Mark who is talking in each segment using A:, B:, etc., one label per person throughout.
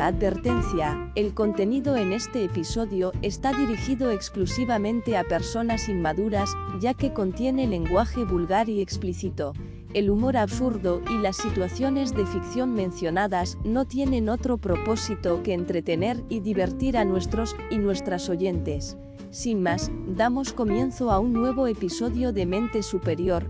A: Advertencia, el contenido en este episodio está dirigido exclusivamente a personas inmaduras, ya que contiene lenguaje vulgar y explícito. El humor absurdo y las situaciones de ficción mencionadas no tienen otro propósito que entretener y divertir a nuestros y nuestras oyentes. Sin más, damos comienzo a un nuevo episodio de Mente Superior,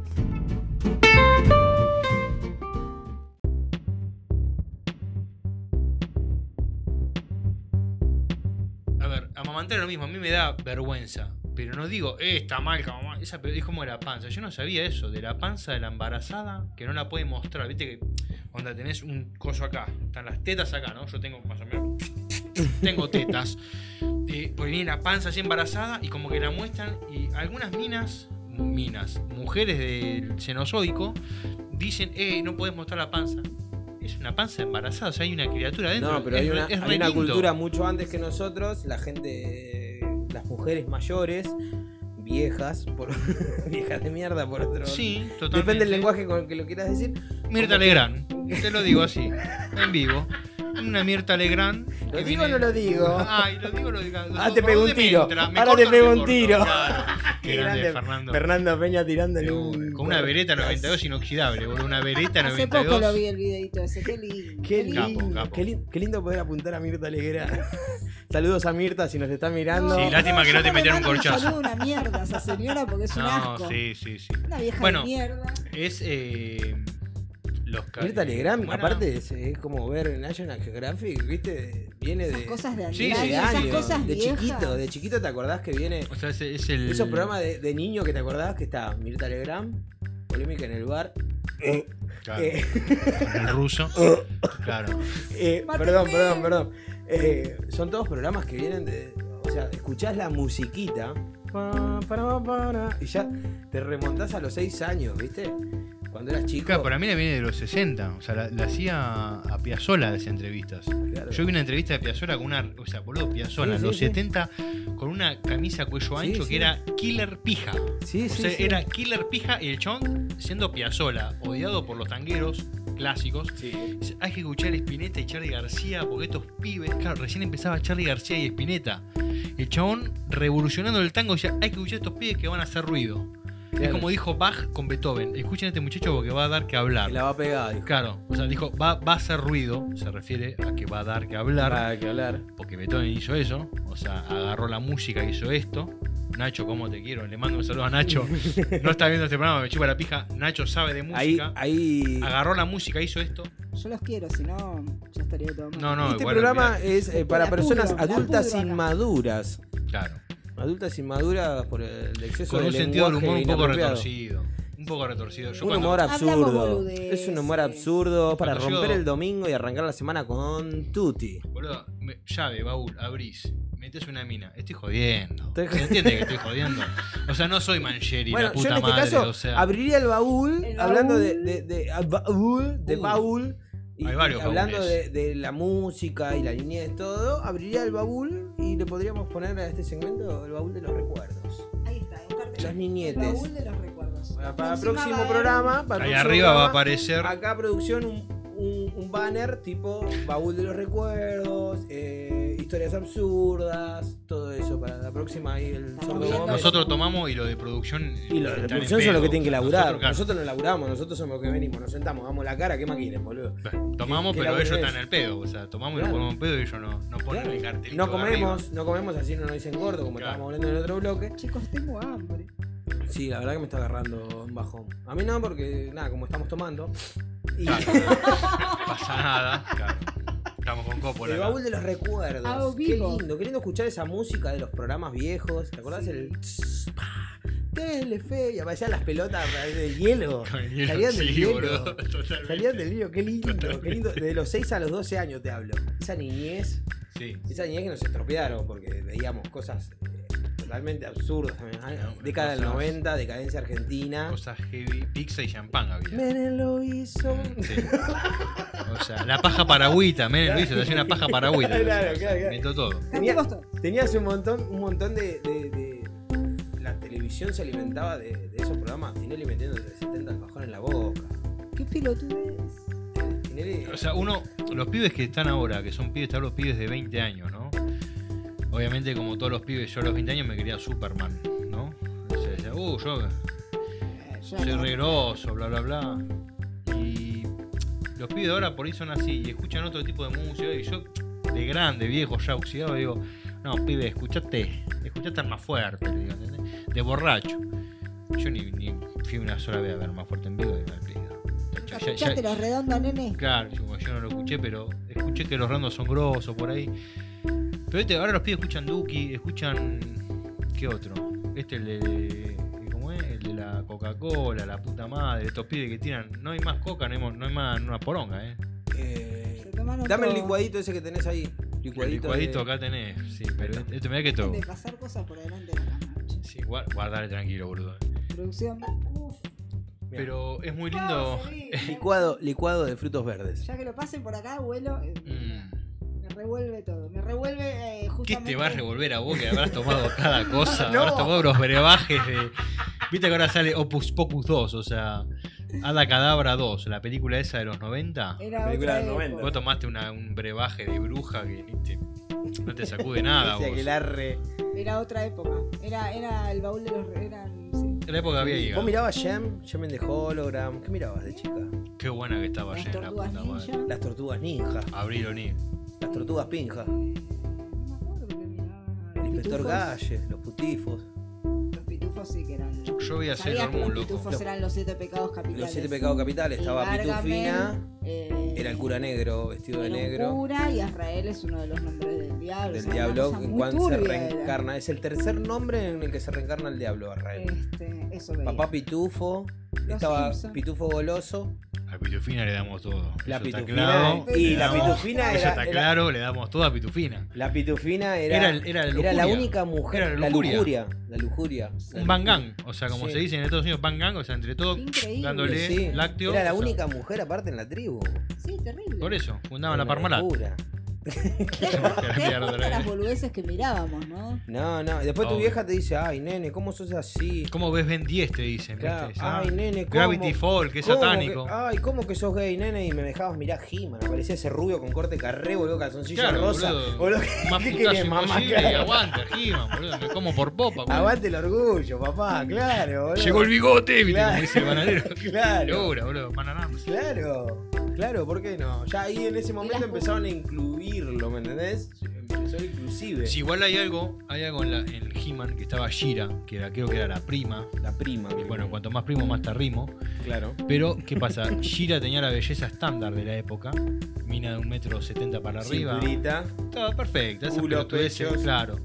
B: A ver, a mamantar es lo mismo, a mí me da vergüenza. Pero no digo, eh, está mal, mamá. Esa pe- es como de la panza. Yo no sabía eso, de la panza de la embarazada que no la puede mostrar. Viste que, onda, tenés un coso acá. Están las tetas acá, ¿no? Yo tengo más o menos. Tengo tetas. Eh, porque viene la panza así embarazada y como que la muestran. Y algunas minas, minas, mujeres del cenozoico, dicen, eh, no podés mostrar la panza. Es una panza embarazada, o sea, hay una criatura adentro.
C: No, pero
B: es
C: hay
B: re-
C: una,
B: es re
C: hay una
B: lindo.
C: cultura mucho antes que nosotros, la gente, las mujeres mayores, viejas, por, viejas de mierda por otro.
B: Sí, totalmente.
C: Depende del lenguaje con el que lo quieras decir.
B: Mirta Legrand, te lo digo así, en vivo. Una Mirta Legrand.
C: ¿Lo
B: que
C: digo o no lo digo?
B: Ay, lo digo, lo digo.
C: Ah,
B: ¿Por
C: te pego un
B: dónde me
C: tiro.
B: entra? ¿Me
C: Ahora
B: corto
C: te
B: o no
C: pego
B: me
C: un
B: corto?
C: tiro.
B: Claro. Qué grande, Fernando.
C: Fernando Peña tirándole un.
B: Con una vereta 92 inoxidable, boludo. Una vereta
D: Hace poco lo
B: 92.
D: vi el videito ese, qué lindo.
C: Qué
B: Capo,
C: lindo,
B: capo.
C: Qué, lin- qué lindo poder apuntar a Mirta Leguera. Saludos a Mirta si nos está mirando.
B: Sí, lástima que no
D: yo
B: te metieron
D: mando
B: corchazo.
D: saludo, una mierda a esa señora porque es un
B: No,
D: asco.
B: sí, sí, sí.
D: Una vieja
B: Bueno.
D: de mierda.
B: Es. Eh, los ca- eh,
C: Mirta Legrand,
B: ¿cómo era?
C: aparte, es, es como ver National Geographic, ¿viste? Viene de.
D: Esas cosas de
B: eh, Sí,
D: antaño,
B: sí.
D: esas
C: años,
D: cosas
C: de
D: viejas.
C: chiquito, de chiquito te acordás que viene.
B: O sea, es, es el.
C: Esos programas de, de niño que te acordás que está Mirta Legrand, polémica en el bar.
B: Claro,
C: Eh,
B: con el ruso. Claro.
C: eh,
D: Mátenme.
C: perdón, perdón, perdón. Eh, son todos programas que vienen de. O sea, escuchás la musiquita. pa, para, para, y ya te remontás a los 6 años, ¿viste? Cuando eras chico.
B: Claro, para mí la viene de los 60. O sea, la, la hacía a Piazzola de esas entrevistas.
C: Claro.
B: Yo vi una entrevista de Piazzola con una. O sea, boludo, Piazzola
C: Sí,
B: en
C: sí,
B: los
C: sí.
B: 70 con una camisa cuello
C: Sí,
B: ancho
C: sí.
B: que era killer pija.
C: Sí,
B: O
C: sí,
B: sea,
C: sí.
B: era killer pija y el chon siendo Piazzola, odiado por los tangueros clásicos.
C: Sí.
B: Dice, Hay que escuchar Espineta y Charlie García porque estos pibes. Claro, recién empezaba Charlie García y Espineta. El chabón revolucionando el tango ya hay que escuchar a estos pibes que van a hacer ruido. Es
C: Claro.
B: como dijo Bach con Beethoven. Escuchen a este muchacho porque va a dar que hablar.
C: Y la va pegada, dijo.
B: Claro, o sea, dijo, va, va a hacer ruido, se refiere a que va a dar que hablar,
C: Para que hablar.
B: porque Beethoven hizo eso, o sea, agarró la música, hizo esto. Nacho, ¿cómo te quiero? Le mando un saludo a Nacho. No está viendo este programa, me chupa la pija. Nacho sabe de
C: Ahí,
B: música.
C: ahí.
B: Agarró la música, hizo esto.
D: Yo los quiero, si no, ya estaría todo mal.
B: No, no,
C: este
B: igual,
C: programa
B: olvidate.
C: es eh, para
D: La
C: personas
D: pudro, la
C: adultas
D: pudro acá.
C: inmaduras.
B: Claro.
C: Adultas inmaduras por el exceso
B: Con
C: de
B: un sentido del
C: lenguaje
B: humor un poco
C: inapropiado.
B: retorcido. Un poco retorcido. Yo
C: Un
B: cuando-
C: humor
D: Hablamos
C: absurdo.
D: boludeces.
C: Es un humor absurdo para
B: Cuando yo-
C: romper el domingo y arrancar la semana con Tutti.
B: Boludo, me- llave, baúl, abrís, metes una mina. Estoy jodiendo.
C: Estoy-
B: ¿Se entiende que estoy jodiendo? O sea, no soy Mancheri,
C: Bueno,
B: la
C: yo
B: puta
C: en este
B: madre.
C: caso
B: o sea,
C: abriría el baúl,
D: El
C: hablando de,
D: baúl.
C: de, de- al baúl, de
B: Uh,
C: baúl. Y,
B: hay varios
C: y hablando de,
B: baúles.
C: de la música y la línea de todo, abriría el baúl y le podríamos poner a este segmento el baúl de los recuerdos.
D: Ahí está, un cartel.
C: Las niñetes.
D: El baúl de los recuerdos.
C: Para, para el
D: Encima va a
C: próximo
D: haber-
C: programa. Para el
B: ahí
C: próximo
B: arriba va a
C: programa,
B: aparecer.
C: Acá producción un, un- un banner tipo baúl de los recuerdos, eh, historias absurdas, todo eso para la próxima ahí el
D: Estamos
C: sordo
D: viendo
C: Gómez.
B: Nosotros tomamos y lo de producción.
C: y los
B: están
C: de
B: en
C: producción son los que
B: pedo.
C: tienen que laburar.
B: Nosotros, claro,
C: Nosotros no laburamos, nosotros somos los que venimos, nos sentamos, damos la cara, ¿qué más quieren, boludo?
B: bueno, tomamos,
C: que- que
B: pero ellos
C: laburés.
B: están al pedo. O sea, tomamos y
C: Claro.
B: nos ponemos en pedo y ellos no, no ponen el
C: Claro.
B: cartelito.
C: No
B: de arriba.
C: comemos, no comemos así no nos dicen gordo, como
B: Claro.
C: estábamos hablando en el otro bloque.
D: Chicos, tengo hambre.
C: Sí, la verdad que me está agarrando un bajón. A mí no, porque nada, como estamos tomando. Y
B: Claro. no pasa nada. Claro. Estamos con Coppola.
C: el
B: acá.
C: baúl de los recuerdos.
D: Ah,
C: Qué
D: vivo.
C: lindo, qué lindo escuchar esa música de los programas viejos. ¿Te acordás
D: Sí.
C: el tss, pa, Telefe? Y aparecían las pelotas de hielo.
B: Con el hielo,
C: Salían del
B: sí,
C: hielo.
B: boludo. Totalmente.
C: Salían del lío, qué lindo, qué lindo. Desde los 6 a los 12 años te hablo. Esa niñez,
B: Sí.
C: esa niñez que nos estropearon porque veíamos cosas eh, totalmente absurdas. también. Ah,
B: No,
C: Década del
B: cosas-
C: 90, decadencia argentina.
B: Cosas heavy, pizza y champán había.
C: Menem lo hizo.
B: Sí. O sea, la paja paragüita, Menem lo hizo, te hacía una paja paragüita. te
C: Claro,
B: hacía, o sea,
C: claro, claro.
B: Inventó todo.
C: Tenía-
D: Tenía... costo.
C: Tenías un montón, un montón de, de- de- La televisión se alimentaba de, de esos programas. Tinelli metiéndose 70 alfajores en la boca.
D: Qué pelotudez.
C: Tinelli.
B: O sea, uno, los pibes que están ahora, que son pibes, están los pibes de 20 años, ¿no? Obviamente, como todos los pibes, yo a los 20 años me quería Superman, ¿no? O sea, decía, uh, yo
D: Eh, ya
B: soy
D: no.
B: re grosso, bla, bla, bla. Y los pibes de ahora por ahí son así y escuchan otro tipo de música. Y yo, de grande, viejo, ya oxidado, digo, no, pibe, escuchate, escuchate más fuerte, le digo, ¿entendés? De borracho. Yo ni, ni fui una sola vez a ver más fuerte en vivo y me
D: Nunca
B: olvidé. Ya- ya-
D: escuchaste los redondos, nene?
B: Claro, yo, como yo no lo escuché, pero escuché que los randos son grosos por ahí. Pero viste, ahora los pibes escuchan Duki, escuchan. ¿Qué otro? Este, el de. ¿Cómo es? El de la Coca-Cola, la puta madre. Estos pibes que tiran. No hay más coca, no hay, mo- no hay más una poronga, ¿eh?
C: Eh,
D: Se tomaron
C: dame el
D: todo.
C: licuadito ese que tenés ahí. Licuadito.
B: El licuadito
C: de-
B: acá tenés. Sí, pero este, este mirá que todo.
D: De pasar cosas por delante de la cama. che.
B: Sí, guar- guardale tranquilo, boludo.
D: Producción. Uf,
C: Mirá.
B: Pero es muy lindo.
D: Ah, sí, ya-
C: Licuado, licuado de frutos verdes.
D: Ya que lo pasen por acá, abuelo, eh,
B: Mm,
D: me revuelve todo. Me revuelve eh,
B: ¿Qué
D: justamente.
B: te va a revolver a vos que habrás tomado cada cosa?
C: No.
B: Habrás tomado unos brebajes de. Viste que ahora sale Opus Pocus 2, o sea, Ada Cadabra 2, la película esa de los 90.
D: Era
C: La película
D: otra
C: del
D: época.
C: 90.
B: Vos tomaste una- un brebaje de bruja que ni te- no te sacude nada.
C: Dice
B: vos.
C: que la re-
D: Era otra época. Era, era el baúl de los. re- Eran, sí,
B: En la época había
C: ¿Vos
B: llegado.
C: mirabas Gem? Gem en The Hologram. ¿Qué mirabas de chica?
B: Qué buena que estaba
D: las
B: ayer, la
D: tortugas
B: puta
D: ninja.
B: madre.
C: Las tortugas ninja,
B: Abril O'Neill.
C: las tortugas pinja,
D: Eh, no me acuerdo que miraba.
C: el
D: Los
C: inspector
D: pitufos.
C: Galle, los putifos,
D: Los pitufos sí que eran.
B: Yo voy a hacer
D: Sabías que
B: como
D: los
B: un loco.
D: pitufos eran los siete pecados capitales.
C: los siete pecados capitales.
D: Y
C: Estaba Pitufina,
D: Gargamel, eh,
C: era el cura negro, vestido de
D: era un
C: negro,
D: cura y Azrael es uno de los nombres del diablo. o
C: del
D: sea, una
C: diablo,
D: cosa
C: en
D: muy
C: cuanto se
D: turbia era.
C: reencarna. Es el tercer nombre en el que se reencarna el diablo, Arrael.
D: Este, eso veía.
C: Papá Pitufo, estaba
D: Simpson.
C: Pitufo Goloso,
B: A Pitufina le damos todo.
C: la
B: Eso está
C: Pitufina
B: claro.
C: y
B: le
C: la
B: damos-
C: Pitufina
B: Eso
C: era...
B: está
C: era-
B: claro, le damos todo a Pitufina.
C: La pitufina
B: Era,
C: era,
B: el- era, la
C: era la
B: lujuria.
C: única mujer,
B: Era
C: la
B: la
C: lujuria,
B: lujuria.
C: la lujuria. la
B: Un bangang.
C: lujuria.
B: O sea, como
C: Sí.
B: se dice en Estados Unidos, bangang. O sea, entre todos
D: Increíble.
B: dándole
C: Sí,
B: lácteos.
C: Era
B: o
C: la
B: sea,
C: única mujer aparte en la tribu.
D: Sí, terrible.
B: Por eso, fundaban la
C: Una
B: Parmalat.
C: locura.
D: ¿Te das cuenta- te das cuenta las boludeces que mirábamos, ¿no?
C: No, no. Después tu
B: Obvio.
C: vieja te dice, ay, nene, ¿cómo sos así?
B: ¿Cómo ves Ben 10? Te dicen.
C: Claro,
B: ¿viste?
C: Ay, nene, ¿cómo?
B: Gravity Fall, que es
C: ¿Cómo Ah,
B: satánico.
C: que- ay, ¿cómo que sos gay, nene? Y me dejabas mirar He-Man. Aparecía ese rubio con corte carré, boludo, calzoncillo
B: Claro,
C: rosa.
B: boludo.
C: Boludo,
B: Más
C: ¿qué
B: putazo
C: querés, mamá?
B: imposible.
C: Claro.
B: Aguanta, He-Man, boludo. Me como por popa. boludo.
C: Aguante el orgullo, papá, claro, boludo.
B: Llegó el bigote, ¿viste?
C: Claro.
B: Como dice el bananero.
C: Claro.
B: Locura, boludo. Bananamos.
C: Claro, claro, ¿por qué no? Ya ahí en ese momento
D: las
C: empezaron a incluirlo, ¿me entendés? Empezó el inclusive.
B: Sí, igual hay algo, hay algo en, la, en He-Man que estaba Shira, que era, creo que era la prima.
C: La prima.
B: Y bueno,
C: primero.
B: cuanto más primo, más tarrimo.
C: Claro.
B: Pero, ¿qué pasa? Shira tenía la belleza estándar de la época. Mina de un metro setenta para arriba.
C: Cinturita.
B: Estaba perfecta, esa
C: Culo,
B: pelotudez,
C: pechos.
B: claro.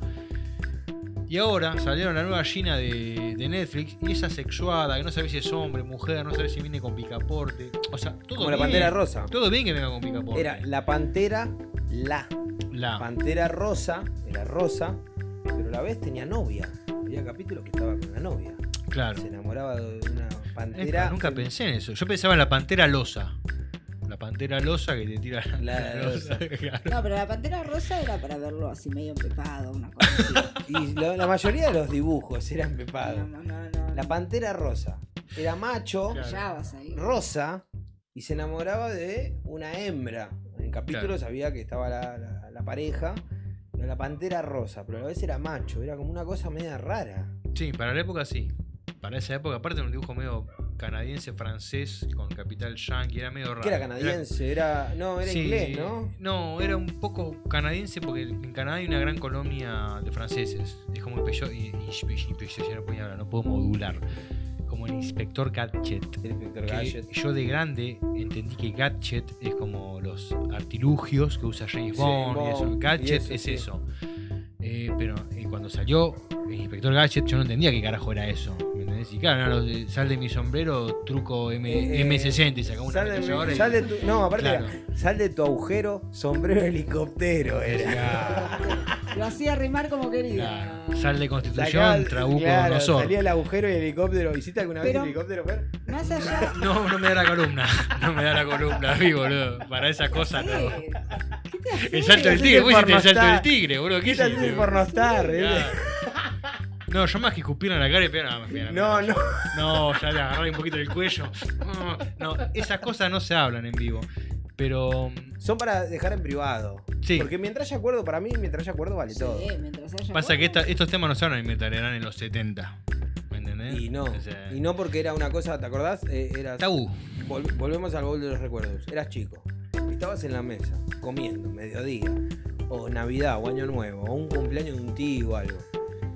B: Y ahora salieron la nueva Gina de, de Netflix y esa sexuada, que no sabés si es hombre, mujer, no sabés si viene con picaporte. O sea, todo
C: Como la
B: bien.
C: pantera rosa.
B: Todo bien Ah. que venga con picaporte.
C: Era la pantera, la
B: la.
C: pantera rosa, era rosa, pero a la vez tenía novia. Había capítulos que estaba con la novia.
B: Claro.
C: Se enamoraba de una
B: Epa,
C: pantera.
B: nunca pensé en eso. Yo pensaba en la pantera losa. La pantera losa que te tira la,
C: La
B: losa. claro.
D: No, pero la pantera rosa era para verlo así medio empepado, una cosa así.
C: Y la, la mayoría de los dibujos eran pepados.
D: Digamos, no, no,
C: La pantera rosa. Era macho.
B: Claro.
D: Ya vas ahí.
C: rosa y se enamoraba de una hembra. En capítulos sabía que estaba la, la- la pareja, pero la pantera rosa, pero a la vez era macho, era como una cosa media rara.
B: Sí, para la época sí. Para esa época, aparte era un dibujo medio canadiense, francés, con capital yankee, era medio raro.
C: Que era
B: Eh.
C: canadiense, era. No, era
B: Sí,
C: inglés, ¿no?
B: No, era un poco canadiense porque en Canadá hay una gran colonia de franceses. Es como el yo y, y- y- y- yo no podía hablar, no puedo modular. Como el inspector Gadget.
C: El inspector
B: que
C: Gadget.
B: yo de grande entendí que Gadget es como los artilugios que usa James
C: Sí,
B: Bond. y
C: Bond,
B: eso. Gadget
C: y eso,
B: es
C: sí.
B: eso. Eh, pero eh, cuando salió el inspector Gadget, yo no entendía qué carajo era eso. ¿Me entendés? Y claro, eran los de, sal de mi sombrero, truco M,
C: Eh,
B: M60 y sacaba una
C: Sal de,
B: ametralladora
C: mi-
B: y-
C: sal de tu, no, aparte
B: Claro.
C: era, sal de tu agujero, sombrero helicóptero eh. era.
D: Lo hacía rimar como quería.
B: Claro. Sal de
C: Sacaba-
B: Constitución, trabuco,
C: claro,
B: no soy.
C: salía el agujero y el helicóptero. ¿Hiciste alguna vez
D: Pero-
C: el helicóptero, Fer?
D: Más allá.
B: No, no me da la columna. No me da la columna, vi, boludo. Para esas cosas
D: ¿Qué?
B: no.
D: ¿Qué te hace?
B: El salto del tigre, vos hiciste el salto del
C: Farmastá.
B: tigre, boludo. ¿Qué
C: Quítate
B: hiciste?
C: por no estar, ¿eh?
B: Claro. No, yo más que escupir en la cara y pegar ah, nada más. pegar en la
C: No,
B: cara.
C: no.
B: Mm, No, ya le agarré un poquito del cuello. No, esas cosas no se hablan en vivo. Pero. mm,
C: Son para dejar en privado.
B: Sí. Eh,
C: Porque mientras haya acuerdo, para mí, mientras haya acuerdo vale
D: Sí,
C: todo.
D: mientras haya
B: Pasa que
D: acuerdo.
B: esta- estos temas no se van a inventar, eran en los 70. ¿Me entendés?
C: Y no.
B: O sea,
C: Y no porque era una cosa, ¿te acordás? Eh, eras-
B: Tabú.
C: Vol- volvemos al bol de los recuerdos. Eras chico. Estabas en la mesa, comiendo, mediodía. O Navidad, o Año Nuevo, o un cumpleaños de un tío o algo.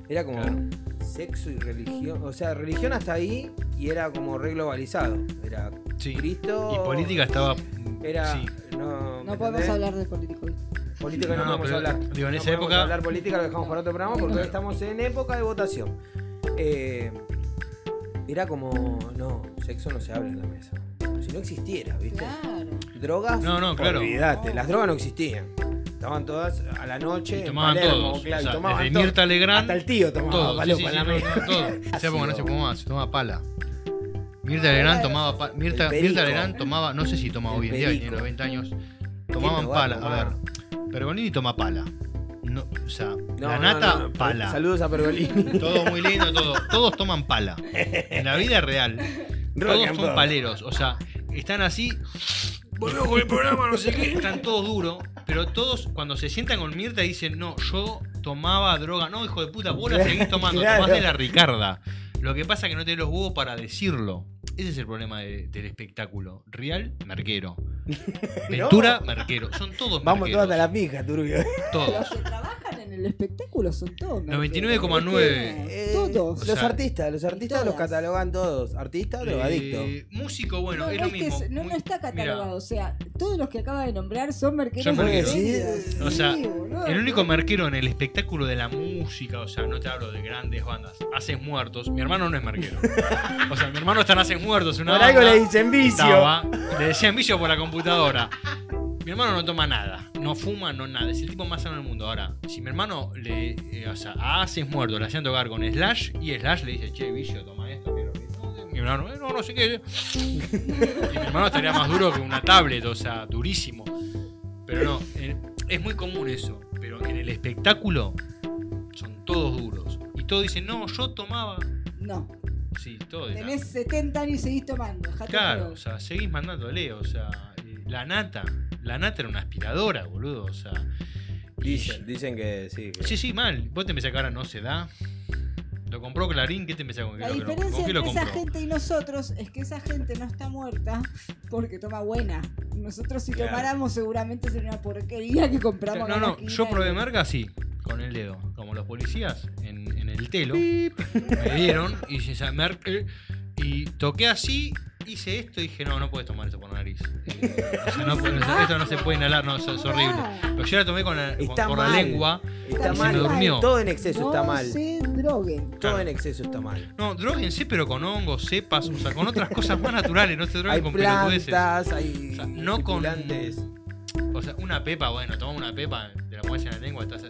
C: Era como
B: Claro.
C: sexo y religión. O sea, religión hasta ahí y era como re globalizado. Era
B: Sí.
C: Cristo.
B: Y política estaba.
C: Era.
B: Sí.
C: No, ¿me
D: No podemos
C: entendés?
D: hablar de político. hoy.
C: Política no,
B: No,
C: podemos
B: pero,
C: hablar.
B: digo, en
C: No
B: esa
C: podemos
B: época-
C: hablar política lo dejamos para otro programa porque hoy estamos en época de votación. Eh, era como, no, sexo no se habla en la mesa. Como Si no existiera, ¿viste?
D: Claro.
C: Drogas,
B: No, no, claro.
C: olvídate, las drogas no existían. Estaban todas a la noche,
B: Y tomaban
C: en Palermo,
B: todos.
C: claro,
B: o sea,
C: y tomaban
B: desde
C: todos.
B: Mirta Legrand.
C: Hasta el tío tomaba
B: Todo,
C: palo
B: sí, sí,
C: para
B: sí,
C: la mesa.
B: no, todo. O sea, porque no se
C: Ácido.
B: fumaba, se tomaba pala. Mirta Legrand tomaba pala. Mirta, Mirta
C: El perico.
B: Legrand tomaba, no sé si toma
C: El
B: hoy en día, tiene
C: perico.
B: 90 años.
C: ¿Quién
B: Tomaban
C: lo va a
B: pala, a
C: tomar?
B: ver. Pergolini toma pala. No, o sea,
C: No,
B: la
C: no,
B: nata,
C: no, no.
B: pala.
C: Saludos a Pergolini.
B: Todo muy lindo, todo. Todos toman pala. En la vida real.
C: Rock
B: Todos
C: and
B: son
C: roll.
B: paleros. O sea, están así. Volvemos con el programa, no sé qué. Están todos duros. Pero todos, cuando se sientan con Mirta, dicen: No, yo tomaba droga. No, hijo de puta, vos la seguís tomando.
C: Claro.
B: Tomás de la Ricarda. Lo que pasa es que no tenés los huevos para decirlo. Ese es el problema de- del espectáculo. Real, merquero. Ventura, merquero. Son todos
C: Vamos todos
B: merqueros.
C: hasta la pija, Turbio.
B: Todos.
D: Los que trabajan en el espectáculo son todos. ¿no?
B: 99,9.
C: Eh,
D: Todos.
B: O
C: los
B: sea,
C: artistas, los artistas los
D: todas.
C: catalogan todos. Artista, drogadicto.
B: Eh, músico, bueno,
D: no,
B: es
D: no
B: lo
D: que
B: mismo.
D: se- no, no
B: Muy-
D: está catalogado.
B: mirá,
D: O sea, todos los que acaba de nombrar son merqueros.
B: Son
D: de
B: merqueros.
D: medias.
B: O sea,
D: boludo.
B: el único marquero en el espectáculo de la música, o sea, no te hablo de grandes bandas, Haces Muertos, mi hermano no es marquero. O sea, mi hermano está en Haces Muertos, una
C: Por algo
B: banda,
C: le dicen vicio.
B: estaba, le decían vicio por la computadora. Mi hermano no toma nada, no fuma, no nada, es el tipo más sano del mundo. Ahora, si mi hermano le, eh, o sea, a Haces Muertos le hacían tocar con Slash y Slash le dice, che, vicio, toma esto, quiero que-". No, mi hermano, "Eh, no, no sé qué. Y mi hermano estaría más duro que una tablet, o sea, durísimo. Pero no, en- es muy común eso. Pero en el espectáculo son todos duros. Y todos dicen, no, yo tomaba.
D: No,
B: Sí, todo de
D: tenés 70 años y seguís tomando.
B: la-
D: dejate
B: Claro,
D: joder.
B: o sea, seguís mandándole, o sea, eh, la nata. La nata era una aspiradora, boludo, o sea. y-
C: Dicen, dicen que sí. que-
B: Sí, sí, mal. Vos te empezás a cara, no se da. Lo compró Clarín, ¿qué te empezás con?
D: La
B: ¿Con qué lo-
D: diferencia
B: ¿Con qué
D: entre
B: lo
D: esa
B: compró?
D: gente y nosotros es que esa gente no está muerta porque toma buena. Nosotros si
C: Claro.
D: tomáramos seguramente sería una porquería que compramos.
B: No,
D: en la
B: no,
D: esquina
B: yo probé
D: y-
B: marca así, con el dedo, como los policías en, en el telo. Me dieron y dije, "Esa merca", y toqué así, hice esto y dije, no, no puedes tomar eso por la nariz. Eh, o sea, no, no, esto no se puede inhalar, no, eso es horrible.
D: Ah.
B: Pero yo la tomé con la-
C: Está
B: por la
C: mal.
B: lengua.
C: Está
D: Se
C: mal.
B: durmió.
C: Todo en exceso
D: No
C: está mal.
D: se droguen.
C: Todo en exceso está mal.
B: No, droguense, pero con hongos, cepas, o sea, con otras cosas más naturales, no se droguen
C: Hay
B: con pelotudeces.
C: plantas, hay
B: O sea, no con-
C: circulantes.
B: O sea, una pepa, bueno, tomamos una pepa, te la pones en la lengua, estás.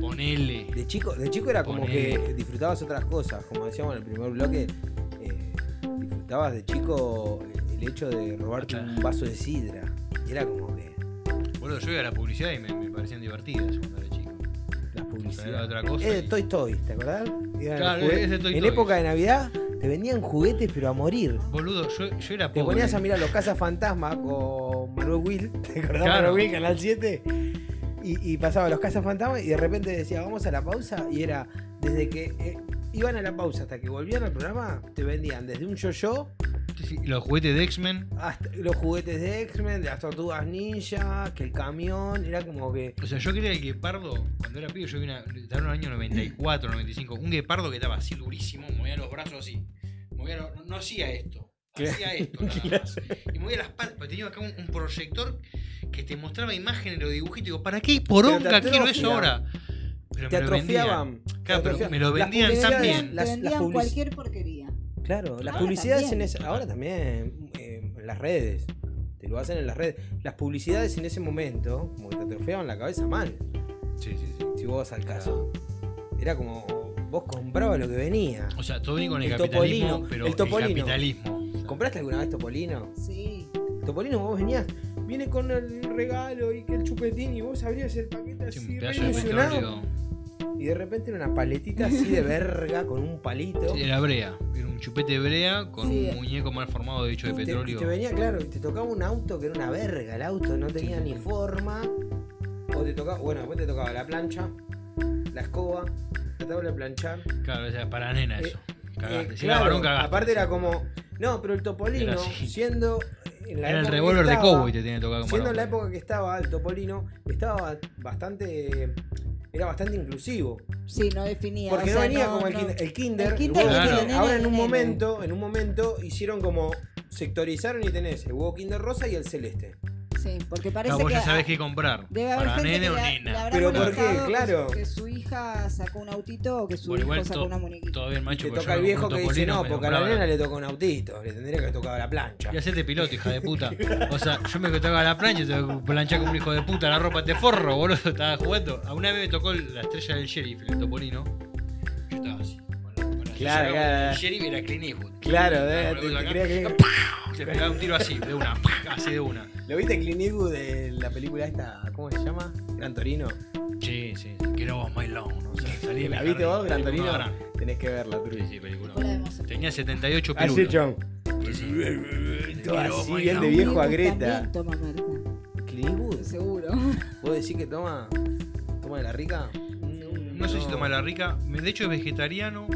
B: Ponele.
C: De chico, de chico era como
B: Ponele.
C: que disfrutabas otras cosas. Como decíamos en el primer bloque, eh, disfrutabas de chico el hecho de robarte
B: Claro.
C: un vaso de sidra. Y era como que
B: Boludo, yo iba a la publicidad y me, me parecían divertidas cuando era chico.
C: la
B: Era
C: publicidad. Eh,
B: otra cosa
C: Es de
B: y-
C: Toy Toy, ¿te acordás? Eran
B: Claro,
C: juguetes-
B: es de Toy
C: en
B: Toy.
C: época de Navidad te vendían juguetes, pero a morir.
B: Boludo, yo, yo era
C: Te
B: pobre.
C: ponías a mirar los Casas Fantasma con Manuel Will, ¿te acordás
B: Claro.
C: Manuel Will, Canal 7? Y, y pasaba los Casas Fantasma y de repente decía, vamos a la pausa. Y era, desde que eh, iban a la pausa hasta que volvían al programa, te vendían desde un yo-yo
B: Sí, Los juguetes de X-Men.
C: hasta los juguetes de X-Men, de las tortugas ninja, que el camión, era como que.
B: O sea, yo quería el guepardo, cuando era pibe, yo vi una, estaba en el año 94, 95, un guepardo que estaba así durísimo, movía los brazos así. Movía los- no, no hacía esto. Hacía esto, nada más. Y movía las palpas. Tenía acá un, un proyector que te mostraba imágenes de los dibujitos. Digo, ¿para qué poronga
C: te
B: quiero
C: atrofia.
B: eso ahora? Pero
C: Te
B: me lo vendían.
C: atrofiaban. te
B: Claro, pero
C: atrofiaban.
B: me lo
C: Las
B: vendían
D: Te
B: tan
C: publicidades-
B: bien.
D: vendían-
C: las-
D: Te
C: las
D: vendían
C: publici-
D: cualquier porquería.
C: Claro, las
D: Ahora
C: publicidades
D: también.
C: en ese, ahora también eh, en las redes. Te lo hacen en las redes. Las publicidades en ese momento, como que te atrofiaban la cabeza mal,
B: Sí, sí, sí.
C: si vos vas al caso. Era como vos comprabas lo que venía.
B: O sea, todo bien con el,
C: El
B: capitalismo,
C: Topolino,
B: pero
C: el
B: el,
C: Topolino.
B: capitalismo. O sea,
C: ¿Compraste alguna vez Topolino?
D: Sí.
C: Topolino vos venías, viene con el regalo y que el chupetín y vos abrías el paquete
B: sí,
C: así,
B: un
C: re
B: pedazo de
C: emocionado.
B: petróleo.
C: Y de repente era una paletita así de verga con un palito.
B: Sí, era brea. Era un chupete de brea con
D: Sí.
B: un muñeco mal formado de hecho de
C: Y te-
B: petróleo.
C: Te, venía, claro, y te tocaba un auto que era una verga, el auto no tenía ni forma. O te tocaba, bueno, después te tocaba la plancha, la escoba, la tabla de planchar.
B: Claro, o sea, para nena eso. Cagaste.
C: Eh,
B: si era varón, cagaste.
C: aparte era como, no, pero el topolino,
B: Era así.
C: siendo en la
B: Era el
C: época que
B: revólver de
C: estaba,
B: cowboy te tenía que tocar como
C: Siendo en la
B: varón.
C: época que estaba el topolino, estaba bastante, era bastante inclusivo.
D: Sí, no definía.
C: Porque
D: o
C: no
D: sea,
C: venía
D: no-
C: como el,
D: no.
C: kin- el kinder.
D: El
C: el
D: kinder
C: huevo
B: que
C: kinder.
B: tiene
D: nene,
C: Ahora en un
D: nene.
C: momento, en un momento hicieron como sectorizaron y tenés el huevo kinder rosa y el celeste.
D: Sí, porque
B: Claro,
D: parece
B: Ah, vos
D: que.
B: ya sabés qué comprar.
D: Debe haber
B: Para
D: gente
B: nene
D: que
B: o
D: le ha- le
B: nena.
D: habrá
C: Pero ¿por qué?
D: molestado que su-
C: Claro.
D: Que su hija sacó un autito o que su
B: Bueno,
D: hijo
B: igual
D: sacó
B: to-
D: una muñequita.
B: todo bien, macho.
C: Te
B: porque pues,
C: toca
B: yo
C: el
B: me
C: viejo
B: junto
C: que
B: con
C: dice,
B: Lino,
C: no,
B: me
C: porque a la
B: compraba-
C: nena le toca un autito, le tendría que tocar la plancha.
B: Y hacete piloto, hija de puta. O sea, yo me tocaba la plancha, te planchar como un hijo de puta, la ropa te forro, boludo, estaba jugando. A una vez me tocó el- la estrella del sheriff, el topolino. Yo estaba así. con la- con la estrella
C: Claro,
B: acá,
C: claro.
B: El sheriff era Clint Eastwood.
C: Claro, eh,
B: me
C: te-
B: voy
C: te
B: acá.
C: creía que-
B: Te pegaba un tiro así, de una, así de una.
C: ¿Lo viste Clint Eastwood de la película esta? ¿Cómo se llama? Gran Torino.
B: Sí, sí, quiero vos, my long. O sea, salí de mi
C: ¿La viste
B: jardín,
C: vos, Gran
B: película
C: Torino?
B: gran.
C: Tenés que verla,
B: Sí,
C: Trulli.
B: sí, película.
D: Hola, hermosa.
B: Tenía 78
C: Así,
B: pirulos.
C: John.
B: Sí, sí. Te
C: Todo
B: quiero,
C: así,
B: my
C: bien de
B: long.
C: viejo a
D: Hollywood
C: Greta.
D: también toma merca,
C: ¿Clint Eastwood?
D: seguro.
C: ¿Vos decís que toma? ¿Toma de la rica? Mm,
B: No sé si toma la rica. Me- De hecho es vegetariano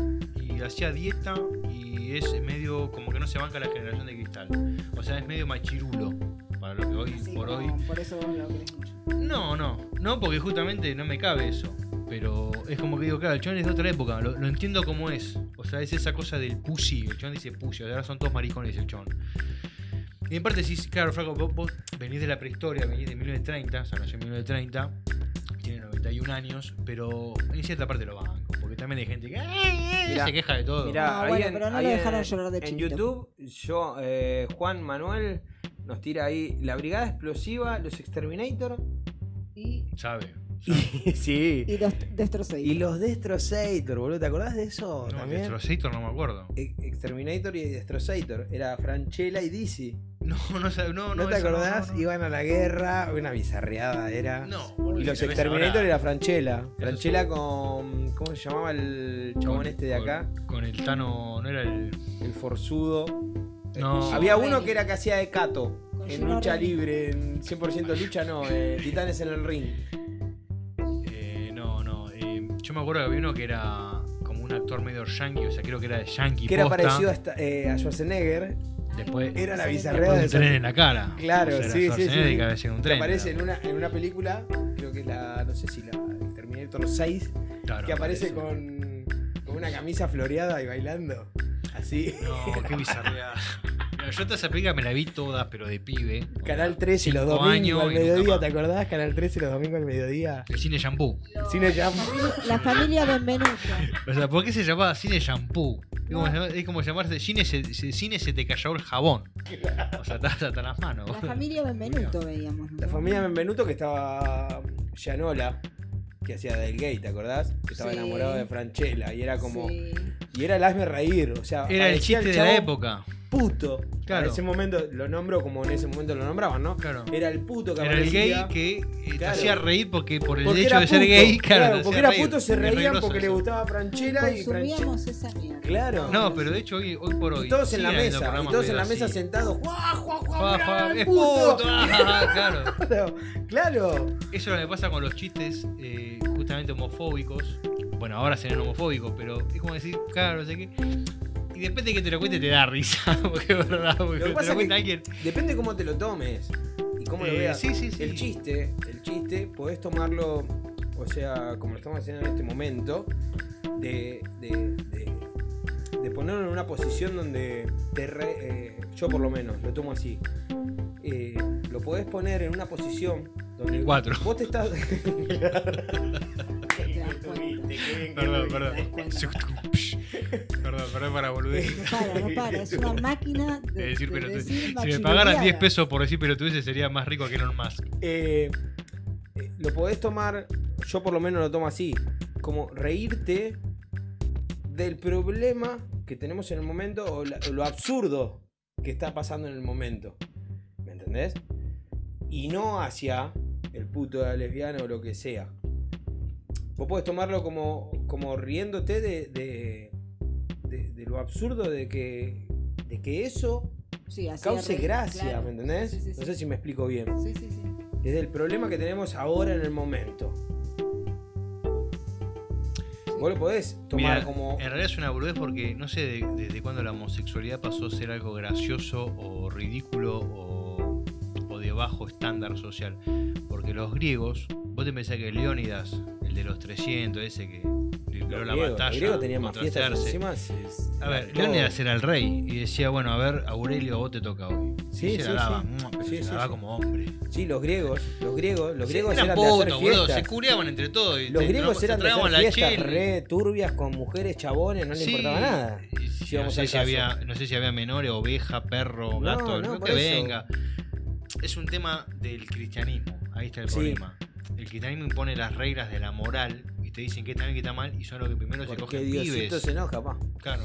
B: y hacía dieta y es medio como que no se banca la generación de cristal. O sea, es medio machirulo. Para lo que hoy
D: Así
B: por
D: como-
B: hoy.
D: Por eso vos lo querés mucho.
B: No, no. No, porque justamente no me cabe eso. Pero es como que digo, claro, el chabón es de otra época. Lo, lo entiendo como es. O sea, es esa cosa del pussy. El chabón dice pussy. Ahora son todos maricones el chabón. Y en parte sí, claro, Franco, vos, vos venís de la prehistoria, venís de 1930, o sea, nació en 1930, tiene 91 años, pero en cierta parte lo banco, porque también hay gente que ¡ay, ay!
C: Mirá,
B: se queja de todo.
C: Mirá,
D: No,
C: ahí
D: bueno,
C: en-
D: pero no
C: ahí
D: lo
C: en-
D: dejaron llorar de
C: En
D: chiquito.
C: YouTube, yo, eh, Juan Manuel nos tira ahí la Brigada Explosiva, los Exterminator.
D: Y,
B: ¿Sabe?
C: Y, sí.
D: y dos, destrocé.
C: Y los Destrozator, boludo. ¿Te acordás de eso
B: No,
C: también?
B: Destrozator no me acuerdo.
C: E- Exterminator y Destrozator. Era Franchella y Dizzy.
B: No, no, sab- no,
C: ¿No,
B: no.
C: te
B: eso no,
C: acordás?
B: no, no.
C: Iban a la guerra. Una bizarreada era.
B: No, boludo,
C: Y los
B: si la ves
C: Exterminator
B: ahora,
C: era Franchella. Franchella
B: es-
C: con. ¿Cómo se llamaba el chabón
B: con-
C: este de
B: con-
C: acá?
B: Con, el Tano, no era el.
C: El forzudo.
B: No.
C: Había
D: Gino
C: uno
D: Reni.
C: que era que hacía de Cato.
D: Con
C: En
D: Gino
C: lucha
D: Reni.
C: libre, en 100% lucha, no. eh, Titanes en el ring.
B: eh, no, no. eh, yo me acuerdo que había uno que era como un actor medio yankee, o sea, creo que era de yankee.
C: Que era
B: posta.
C: parecido a, esta- eh, a Schwarzenegger.
B: después-
D: Ay,
C: Era la
D: se me
C: bizarrea
B: Con
C: de
B: un tren en la cara.
C: Claro,
B: O sea,
C: sí,
B: era
C: sí, sí,
B: Schwarzenegger
C: sí.
B: que había sido un
C: Que
B: tren.
C: aparece en
B: era-
C: una, en una película, creo que es la. No sé si la. Terminator 6.
B: claro,
C: que aparece con, con una camisa floreada y bailando. Así.
B: No, qué bizarreada. Mira, Yo toda esa película me la vi todas, pero de pibe.
C: Canal 13 los
B: Cinco
C: domingos
B: años
C: al
B: y nunca
C: mediodía,
B: más.
C: ¿te acordás? Canal 13 los domingos al mediodía.
B: El cine shampoo.
C: Cine ya.
D: La familia Benvenuto.
B: O sea, ¿por qué se llamaba cine shampoo? Es como,
D: No.
B: llamar- es como llamarse cine se, se- cine se te cayó el jabón. O sea, estás hasta las manos.
D: La familia Benvenuto veíamos. ¿no?
C: La familia Benvenuto que estaba Gianola, que hacía del gay, ¿te acordás? Que estaba
D: Sí.
C: enamorado de Franchella y era como.
D: Sí.
C: Y era el hazme reír. O sea,
B: Era el
C: parecía
B: chiste de la
C: chabón
B: época.
C: Puto.
B: Claro.
C: En ese momento lo nombro como en ese momento lo nombraban, ¿no?
B: Claro.
C: Era el puto que
B: Era el gay
C: aparecía.
B: que eh, te
C: Claro.
B: hacía reír porque por el
C: Porque
B: hecho
C: era
B: de ser
C: puto,
B: gay, claro. te
C: porque
B: hacía
C: era
B: reír.
C: puto se
B: Es
C: reían
B: regroso
C: porque le
B: eso.
C: gustaba Franchella y Franchella.
D: Consumíamos esa mierda.
C: Claro.
B: No, pero de hecho hoy, hoy por hoy.
C: Y todos en la
B: siguen habiendo
C: mesa, y
B: programas
C: todos en
B: medio
C: la mesa
B: así.
C: sentados. ¡Guau, guau, guau!
B: Fa,
C: mirá,
B: fa,
C: el
B: es
C: puto!
B: puto. ah, claro.
C: Claro, claro.
B: Eso es lo que pasa con los chistes eh, justamente homofóbicos. Bueno, ahora serán homofóbicos, pero es como decir, claro, no sé qué. Y después de que te lo cuente te da risa, porque es verdad, porque
C: que
B: te lo
C: pasa
B: cuenta
C: es que-
B: alguien.
C: Depende cómo te lo tomes y cómo lo
B: Eh,
C: veas.
B: sí, sí, sí.
C: El chiste, el chiste, podés tomarlo, o sea, como lo estamos haciendo en este momento, de, de, de- de ponerlo en una posición donde te re- eh, yo por lo menos lo tomo así. Eh, lo podés poner en una posición donde
B: Cuatro.
C: vos te estás.
D: Te das cuenta.
B: Perdón, perdón. perdón, perdón para
D: No
B: volver.
D: para, no para. Es una máquina de,
B: De decir, pero
D: de
B: si
D: decir
B: me pagaran 10
D: machiruleada.
B: pesos por decir pelotudeces sería más rico que Elon Musk.
C: Eh, eh, lo podés tomar, yo por lo menos lo tomo así, como reírte del problema que tenemos en el momento o, la- o lo absurdo que está pasando en el momento. ¿Me entendés? Y no hacia el puto de la lesbiana o lo que sea. Vos podés tomarlo como, como riéndote de, de, de- de lo absurdo de que, de que eso
D: Sí, así
C: cause
D: arregla,
C: gracia,
D: claro.
C: ¿me entendés?
D: Sí, sí, sí.
C: No sé si me explico bien.
D: Sí, sí, sí.
C: Desde el problema que tenemos ahora en el momento. Vos lo podés tomar
B: Mira,
C: como.
B: En realidad es una boludez porque no sé de- desde cuándo la homosexualidad pasó a ser algo gracioso o ridículo o, o de bajo estándar social. Porque los griegos, vos te pensás que Leónidas, el de los 300, ese que libró
C: Los
B: la
C: griegos,
B: batalla.
C: los griegos tenían más
B: contra
C: fiestas
B: Cerce.
C: encima. es-
B: A ver,
C: todo.
B: Leónidas era el rey y decía, bueno, a ver, Aurelio, a vos te toca hoy.
C: Sí,
B: Y se
C: sí,
B: la daba,
C: sí.
B: mm, pero
C: Sí,
B: se
C: sí,
B: la daba
C: sí.
B: como hombre.
C: Sí, los griegos, los griegos, los griegos
B: eran
C: eran, de hacer
B: putos, boludo,
C: fiestas.
B: se curiaban entre todos. y
C: Los
B: te-
C: griegos
B: se
C: eran de
B: tragaban la
C: hacer fiestas
B: chela.
C: re turbias con mujeres, chabones, no le
B: Sí,
C: importaba nada.
B: y si- no,
C: vamos al
B: sé si
C: caso.
B: había, no sé si había menores, oveja, perro,
C: No,
B: gato,
C: no,
B: lo
C: por
B: que
C: eso.
B: venga. Es un tema del cristianismo. Ahí está el
C: Sí.
B: problema. El cristianismo impone las reglas de la moral y te dicen que está bien, que está mal, y son los que primero se
C: Porque
B: cogen
C: Diosito
B: pibes.
C: se enoja, pa.
B: Claro.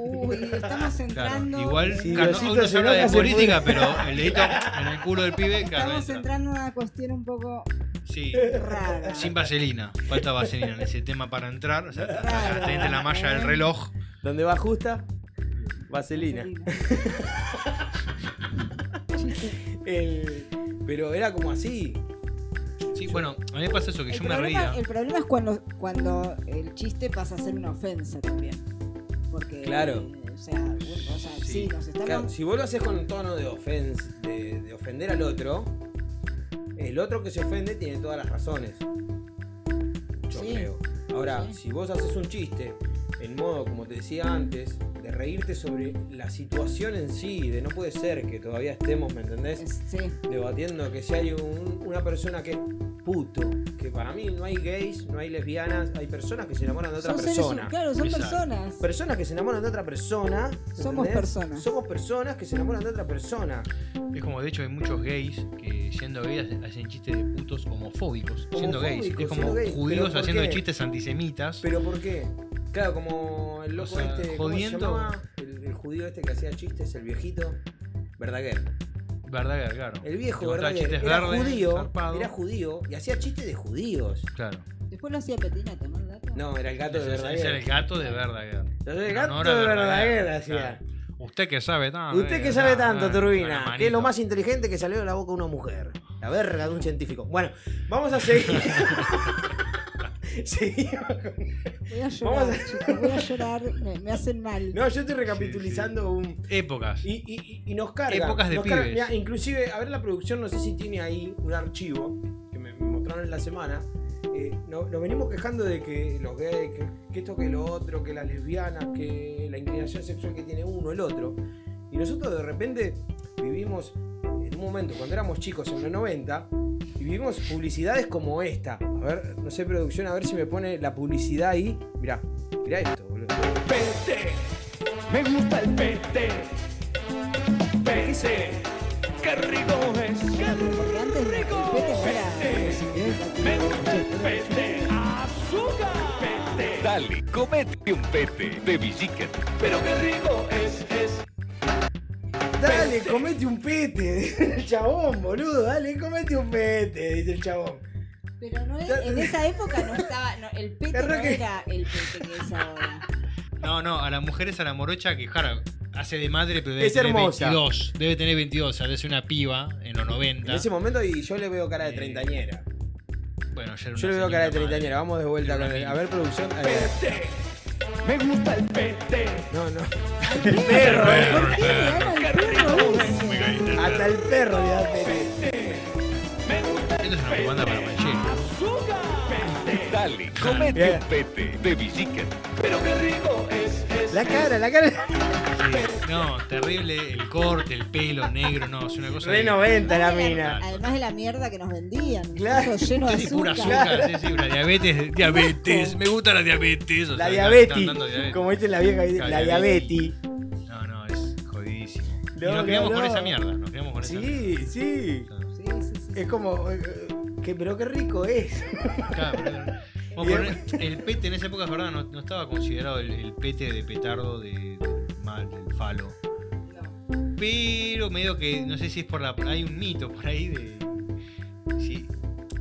D: Uy, estamos
B: Claro,
D: entrando.
B: igual
C: Sí,
B: claro,
C: Diosito
B: uno
C: se
B: se habla de
C: enoja, se
B: política,
C: puede.
B: pero el dedito en el culo del pibe, claro,
D: Estamos
B: entra.
D: entrando en una cuestión un poco
B: Sí.
D: rara.
B: Sin vaselina, falta vaselina en ese tema para entrar. O sea, te-
D: Claro.
B: te meten la malla del reloj.
C: ¿Dónde va justa? Vaselina. El- Pero era como así.
B: Sí, bueno, a mí me pasa eso que
D: El
B: yo me
D: problema,
B: reía.
D: el problema es cuando, cuando el chiste pasa a ser una ofensa también. Porque,
C: Claro.
D: eh, o sea, bueno, o sea, sí,
B: Sí.
D: nos estamos.
C: Claro, si vos lo haces con un tono de, ofens- de, de ofender al otro, el otro que se ofende tiene todas las razones. Yo
D: Sí.
C: creo. Ahora,
D: Sí.
C: si vos haces un chiste en modo, como te decía antes, de reírte sobre la situación en sí, de no puede ser que todavía estemos, ¿me entendés?
D: es- sí,
C: debatiendo que si hay un- una persona que es puto, que para mí no hay gays, no hay lesbianas, hay personas que se enamoran de otra
D: son seres
C: persona.
D: humanos, claro, son
B: Exacto.
D: personas.
C: Personas que se enamoran de otra persona.
D: Somos
C: ¿entendés?
D: personas.
C: Somos personas que se enamoran de otra persona.
B: Es como de hecho hay muchos gays que siendo gays hacen chistes de putos homofóbicos, siendo gays.
C: Homofóbicos,
B: Es como
C: siendo gays, pero
B: judíos
C: ¿por
B: haciendo
C: qué?
B: chistes antisemitas.
C: ¿Pero por qué? Claro, como el loco
B: O sea,
C: este. ¿cómo se
B: jodiendo.
C: llamaba? El, el judío este que hacía chistes, el viejito. Verdaguer.
B: Verdad que, claro.
C: El
B: Te
C: viejo
B: contaba
C: Verdaguer.
B: chistes
C: Era
B: verdes,
C: judío.
B: zarpado.
C: Era judío. Y hacía chistes de judíos.
B: Claro.
D: Después lo hacía Petinato, ¿no? El gato.
C: No, era el gato de
B: Ese- ese
C: Verdaguer.
B: era el gato de Verdaguer.
C: Entonces, el
B: En
C: gato
B: honor a
C: de Verdaguer
B: Verdaguer,
C: hacía.
B: claro. Ah, Usted que sabe tanto. eh,
C: Usted que sabe tanto, Turbina, que es lo más inteligente que salió de la boca de una mujer. La verga de un científico. Bueno, vamos a seguir. Seguimos con-
D: Voy a llorar,
C: Vamos
D: chicos, voy a llorar, me, me hacen mal.
C: No, yo estoy recapitulando un.
B: Épocas.
C: Y, y- y- y nos carga.
B: Épocas de
C: nos carga.
B: pibes.
C: Mirá, inclusive, a ver la producción, no sé si tiene ahí un archivo que me, me mostraron en la semana. Eh, no- nos venimos quejando de que los gays, que, que esto, que lo otro, que las lesbianas, que la inclinación sexual que tiene uno, el otro. Y nosotros de repente vivimos en un momento, cuando éramos chicos en los 90, y vivimos publicidades como esta. A ver, no sé, producción, a ver si me pone la publicidad ahí. Mirá, mirá esto, boludo.
E: Pete, me gusta el pete. Pete, qué rico es.
D: Porque antes el pete no era.
E: Me gusta el pete. Azúcar. Pete.
F: Dale, comete un pete de Chicken.
E: Pero qué rico es, es.
C: Dale, comete un pete, dice el chabón, boludo. Dale, comete un pete, dice el chabón.
D: Pero no es- en esa época no estaba. no, el pete
C: Es
D: no
C: re que-
D: era el pete que es ahora.
B: No, no, a la mujer es a la morocha que jara, hace de madre, pero debe
C: Es
B: tener
C: hermosa.
B: 22. Debe tener 22, o sea, debe ser una piba en los 90.
C: En ese momento y yo le veo cara de
B: Eh,
C: treintañera.
B: Bueno, ya era
C: Yo
B: una
C: le veo cara
B: señora madre.
C: de treintañera. Vamos de vuelta
B: Era
C: con
B: una
C: el. A
B: mil.
C: ver, producción. a ver.
E: Pete, me gusta el pete.
C: No, no.
D: ¿Por qué le dan al perro eso?
C: Hasta el perro le da pete.
E: Me gusta el
B: Esto es una propaganda para Manchego.
E: azúcar. Pete,
F: Dale, comete
C: Bien.
F: un pete de Chicken.
E: pero qué rico es, es.
C: La cara, la cara.
B: Sí. No, terrible el corte, el pelo negro, no, es una cosa.
C: Re
B: de-
C: 90 la
D: Además de la-
C: mina.
D: Además de la mierda que nos vendían.
C: Claro.
D: Claro. Lleno de
B: Sí, sí, pura
D: azúcar.
B: azúcar, sí, sí, una diabetes, diabetes, me gusta la diabetes. o
C: La
B: sea,
C: diabetes.
B: están dando diabetes.
C: Como dice la vieja, la
B: La
C: diabetes.
B: No, no, es jodidísimo. y
C: No,
B: nos
C: no,
B: criamos con
C: no.
B: esa mierda, nos criamos con esa mierda.
C: Sí, sí.
B: O
D: Sí, sí, sí.
C: Es como. eh, eh, que, pero qué rico es.
B: sea, claro, pero- Vamos a poner- el pete en esa época, es verdad, no, no estaba considerado el, el pete de petardo de, del mal, del falo. Pero medio que, no sé si es por la. Hay un mito por ahí de. Sí.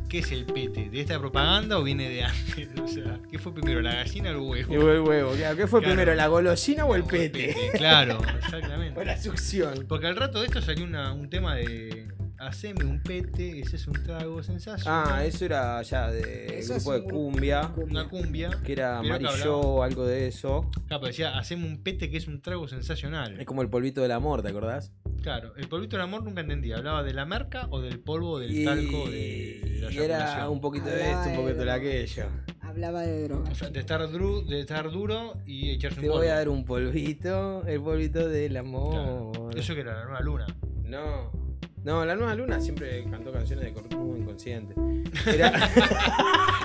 B: ¿Qué es el pete? ¿De esta propaganda o viene de antes? O sea, ¿qué fue primero, la gallina o el huevo?
C: Y huevo, el huevo. claro, ¿Qué fue
B: Claro.
C: primero, la golosina o el
B: O el
C: pete?
B: Claro,
C: o
B: exactamente.
C: la succión.
B: Porque al rato de esto salió una- un tema de. Haceme un pete, ese es un trago sensacional.
C: Ah, eso era ya de
D: Eso
C: grupo
D: es
C: de
D: un-
C: cumbia,
B: Una cumbia.
C: que era
B: Pero que
C: amarillo, algo de eso.
B: Claro, decía, haceme un pete que es un trago sensacional.
C: Es como el polvito del amor, ¿te acordás?
B: Claro, el polvito del amor nunca entendía. ¿Hablaba de la merca o del polvo del
C: Y-
B: talco de la
C: y Ah, era
B: eyaculación?
C: un poquito de esto, un poquito de aquello.
D: Hablaba de
B: O
D: drogas.
B: sea, de estar, dru- de estar duro y echarse un
C: Te voy
B: polvo.
C: a dar un polvito, el polvito del amor.
B: Eso que era la nueva luna.
C: No. No, la nueva luna siempre cantó canciones de cornudo inconsciente. Era-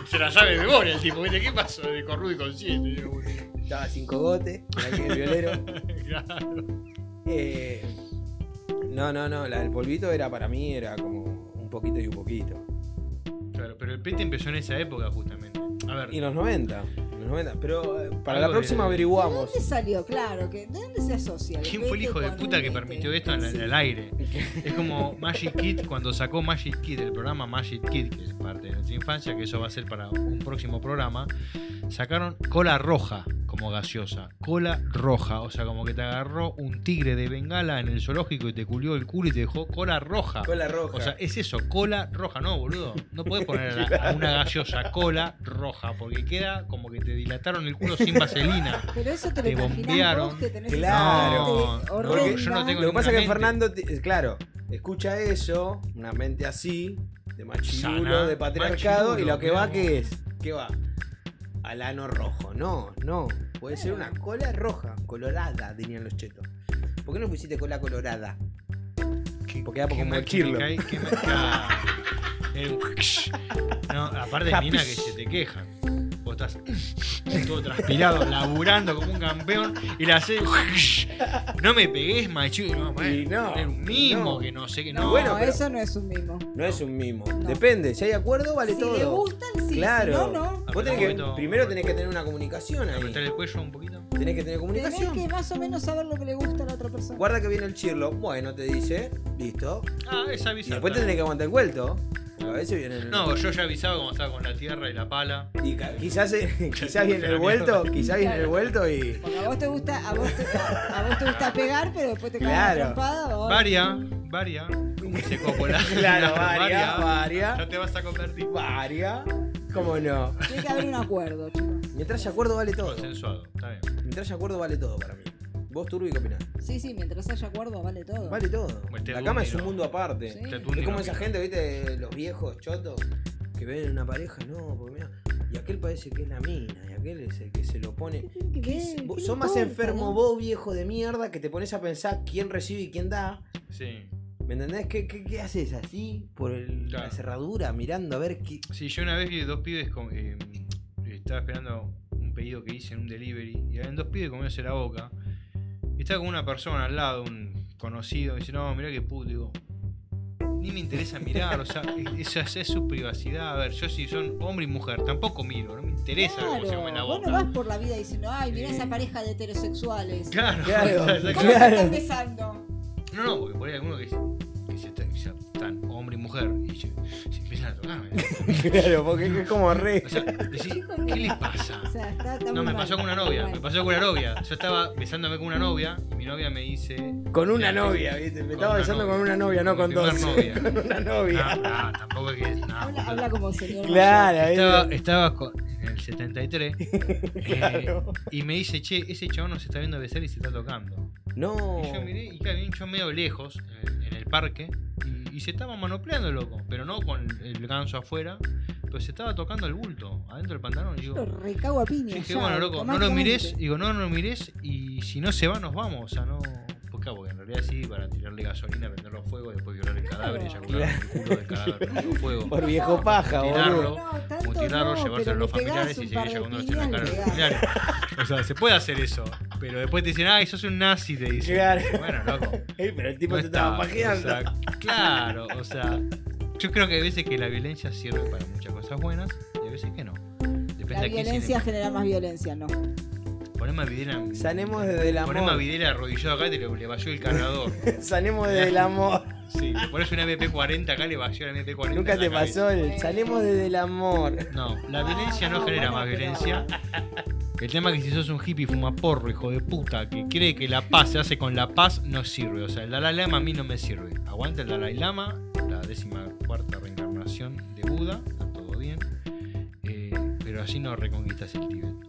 B: Se la sabe de memoria el tipo, ¿viste? ¿Qué pasó? De corrudo y consciente. digo,
C: Estaba sin cogote, era que el violero.
B: claro.
C: Eh, no, no, no, la del polvito era para mí, era como un poquito y un poquito.
B: Claro, pero el pete empezó en esa época justamente. A ver,
C: Y los 90, los 90. Pero eh, para la
B: Algo de-
C: próxima
D: ¿De
C: averiguamos.
D: dónde salió? Claro, que ¿de dónde se asocia?
B: ¿quién fue el hijo de puta
D: este?
B: que permitió esto en, la- en el aire? Es como Magic Kid, cuando sacó Magic Kid, el programa Magic Kid, que es parte de nuestra infancia, que eso va a ser para un próximo programa, sacaron cola roja como gaseosa. Cola roja, o sea, como que te agarró un tigre de Bengala en el zoológico y te culió el culo y te dejó cola roja.
C: Con la roja.
B: O sea, es eso, cola roja. No, boludo. No podés poner a, la- a una gaseosa cola roja porque queda como que te dilataron el culo sin vaselina.
D: Pero eso te lo
B: Te
D: imaginás
B: bombearon.
D: vos que tenés
C: Claro.
D: esa mente
B: No,
D: horrenda.
C: porque
B: yo no tengo-
C: Lo que pasa es que
B: mente.
C: Fernando, ti- eh, claro, escucha eso, una mente así, de machirulo,
B: Sana,
C: de patriarcado,
B: machirulo,
C: y lo que va,
B: mirá
C: ¿qué es? ¿Qué va? Al ano rojo. No, no. Puede ser una cola roja, colorada, dirían los chetos. ¿Por qué no pusiste cola colorada?
B: Qué-
C: Porque era
B: qué
C: como
B: mal
C: el
B: que me
C: Kirlo.
B: caí, qué mal- claro. Era un No, aparte de mina que se te quejan. Vos estás todo transpirado, laburando como un campeón y la haces. No me pegues, machudo. No,
C: Y no,
B: es un mimo
C: no.
B: que no sé que
D: No,
B: no.
C: Bueno, pero-
D: eso no es un mimo.
C: No es un mimo.
D: No.
C: Depende, si hay acuerdo, vale
D: si
C: todo.
D: le gustan, sí.
C: Claro.
D: Si no, no.
C: Vos tenés
B: Apretá un
C: que,
B: poquito.
C: primero tenés que tener una comunicación ahí.
B: Apretar el cuello un poquito.
C: Tenés que tener
D: Tenés
C: comunicación.
D: que más o menos saber lo que le gusta a la otra persona.
C: Guarda que viene el chirlo. Bueno, te dice. Listo.
B: Ah, esa
C: Y después te tenés que aguantar el vuelto. Porque a veces viene el.
B: No, yo ya avisaba cuando estaba con la tierra y la pala.
C: Y ca- quizás, eh, quizás viene el vuelto. Quizás viene el vuelto y.
D: Porque a vos te gusta, a vos te, a vos te gusta pegar, pero después te cae
C: Claro.
D: la trompada. vos-
B: Varia, varia. Como dice Coppola.
C: Claro, varia,
B: Ya
C: varia.
B: te vas a convertir.
C: Varia. ¿Cómo no?
D: Tiene que haber un acuerdo, chicos.
C: Mientras haya acuerdo vale todo.
B: Consensuado, está bien.
C: Mientras haya acuerdo vale todo para mí. Vos, Turbi, ¿qué opinás?
D: Sí, sí, mientras haya acuerdo vale todo.
C: Vale todo.
B: Este
C: La cama
B: Dundi
C: es un
B: no.
C: mundo aparte.
D: Sí.
B: Este
C: Es
B: Tundi
C: como
B: no
C: esa
B: opina.
C: gente, viste, los viejos chotos que ven una pareja, no, porque mira, y aquel parece que es la mina, y aquel es el que se lo pone.
D: tiene que
C: ¿Qué
D: ver?
C: es?
D: ¿Qué
C: Vos-
D: le
C: Sos más
D: importa,
C: enfermo
D: no?
C: vos, viejo de mierda, que te pones a pensar quién recibe y quién da.
B: Sí.
C: ¿Me entendés? ¿Qué, qué, qué haces así? Por el- la
B: Claro.
C: cerradura, mirando a ver qué.
B: Sí, yo una vez vi dos pibes con, eh, estaba esperando un pedido que hice en un delivery y habían dos pibes comiéndose la boca. Y estaba con una persona al lado, un conocido, y dice, no, mirá qué puto, digo. Ni me interesa mirar, o sea, e-, esa es, es su privacidad. A ver, yo si son hombre y mujer, tampoco miro, no me interesa cómo se comen la
D: Claro, vos
B: boca.
D: no vas por la vida diciendo, ay, mirá
B: Sí.
D: esa pareja de heterosexuales.
B: Claro,
C: Claro.
B: o sea, exacto.
D: ¿Cómo se
C: Claro.
D: están besando?
B: No, no, porque por ahí hay alguno que, que se, está- que se están hombre y mujer y se, se empiezan a tocar. ¿me
C: Claro, porque es como re.
B: o sea, decís, ¿qué les pasa?
D: O sea, está, está
B: No,
D: muy
B: me
D: mal,
B: pasó con una
D: está
B: novia.
D: muy
B: Me
D: mal.
B: pasó con una novia. Yo estaba besándome con una novia y mi novia me dice.
C: Con
B: Ya,
C: una novia, viste.
B: con
C: Me estaba
B: una
C: besando
B: novia.
C: con una novia, no
B: Con
C: con
B: mi
C: dos.
B: primer novia.
C: con una
B: No,
C: novia.
B: no, tampoco es que. no,
D: Habla,
B: boludo".
D: habla como señor.
C: Claro,
B: Estaba,
C: ¿viste?
B: estaba con- en el 73 eh,
C: Claro.
B: y me dice, che, ese chabón nos está viendo besar y se está tocando.
C: No.
B: Y yo miré y claro, había un chabón medio lejos en el, en el parque y, y se estaba manopleando, loco, pero no con el ganso afuera, pero se estaba tocando el bulto adentro del pantalón. Y digo,
D: Lo recago a piña.
B: Yo dije,
D: ya,
B: bueno, loco, no lo
D: automáticamente.
B: mires, digo, no, no lo mires y si no se va, nos vamos. O sea, no. Pues claro, porque en realidad sí, para tirarle gasolina, prenderlo a fuego, después violar el cadáver,
D: Claro.
B: eyacular en el culo del cadáver, prenderlo a fuego.
C: Por viejo paja,
B: Tirarlo.
C: boludo.
D: No, tanto
B: Mutilarlo,
D: no,
B: llevárselo a
D: pero
B: los
D: le pegás
B: familiares y
D: un
B: seguir
D: par de
B: llevándolo hasta la
D: piñas,
B: cara de los
D: le das.
B: familiares. O sea, se puede hacer eso, pero después te dicen, ay, sos un nazi, te dicen.
C: Claro.
B: Bueno, loco.
C: Ey, pero el tipo
B: no
C: se estaba
B: está,
C: pajeando.
B: o sea, claro, o sea, yo creo que hay veces que la violencia sirve para muchas cosas buenas y a veces que no. Depende
D: La
B: a quién se le
D: violencia genera más violencia, no.
B: Por Poneme a Videla. en-
C: Sanemos desde el
B: Poneme a
C: amor.
B: Videla arrodillado acá y te le, le vació el cargador.
C: Sanemos desde el amor.
B: Sí, le pones una MP40 acá, le vació la MP40.
C: Nunca
B: en la
C: te
B: cabeza.
C: pasó el. Sanemos desde el amor.
B: No, la violencia no
D: No,
B: genera
D: bueno,
B: más
D: pero-
B: violencia. El tema es que si sos un hippie fumaporro, hijo de puta, que cree que la paz se hace con la paz, no sirve. O sea, el Dalai Lama a mí no me sirve. Aguanta el Dalai Lama, la décima cuarta reencarnación de Buda, está todo bien. Eh, pero así no reconquistas el Tíbet.